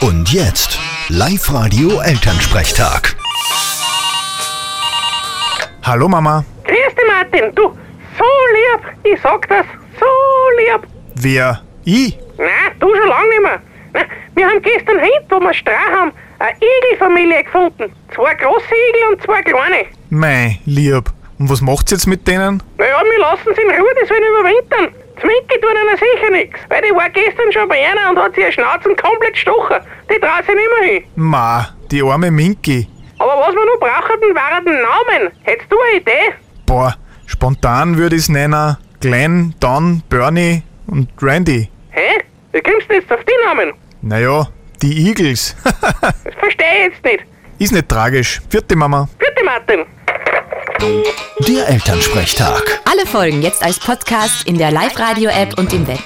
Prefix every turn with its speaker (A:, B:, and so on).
A: Und jetzt, Live-Radio Elternsprechtag.
B: Hallo Mama.
C: Grüß dich, Martin. Du, so lieb. Ich sag das, so lieb.
B: Wer? Ich?
C: Nein, du schon lange nicht mehr. Nein, wir haben gestern hinten, wo wir Strah haben, eine Igelfamilie gefunden. Zwei große Igel und zwei kleine.
B: Mei, lieb. Und was macht's jetzt mit denen?
C: Naja, wir lassen sie in Ruhe, die sollen überwintern. Zwinki tun ihnen sicher nichts, weil die war gestern schon bei einer und hat sich ihr Schnauzen komplett gestochen. Die traut sich nicht mehr hin.
B: Ma, die arme Minky.
C: Aber was wir noch brauchten, war den Namen. Hättest du eine Idee?
B: Boah, spontan würde ich's nennen. Glenn, Don, Bernie und Randy.
C: Hä? Wie kommst du jetzt auf die Namen?
B: Naja, die Eagles.
C: Das verstehe ich jetzt nicht.
B: Ist nicht tragisch. Vierte Mama.
C: Bitte, Martin.
A: Der Elternsprechtag.
D: Alle Folgen jetzt als Podcast in der Live-Radio-App und im Web.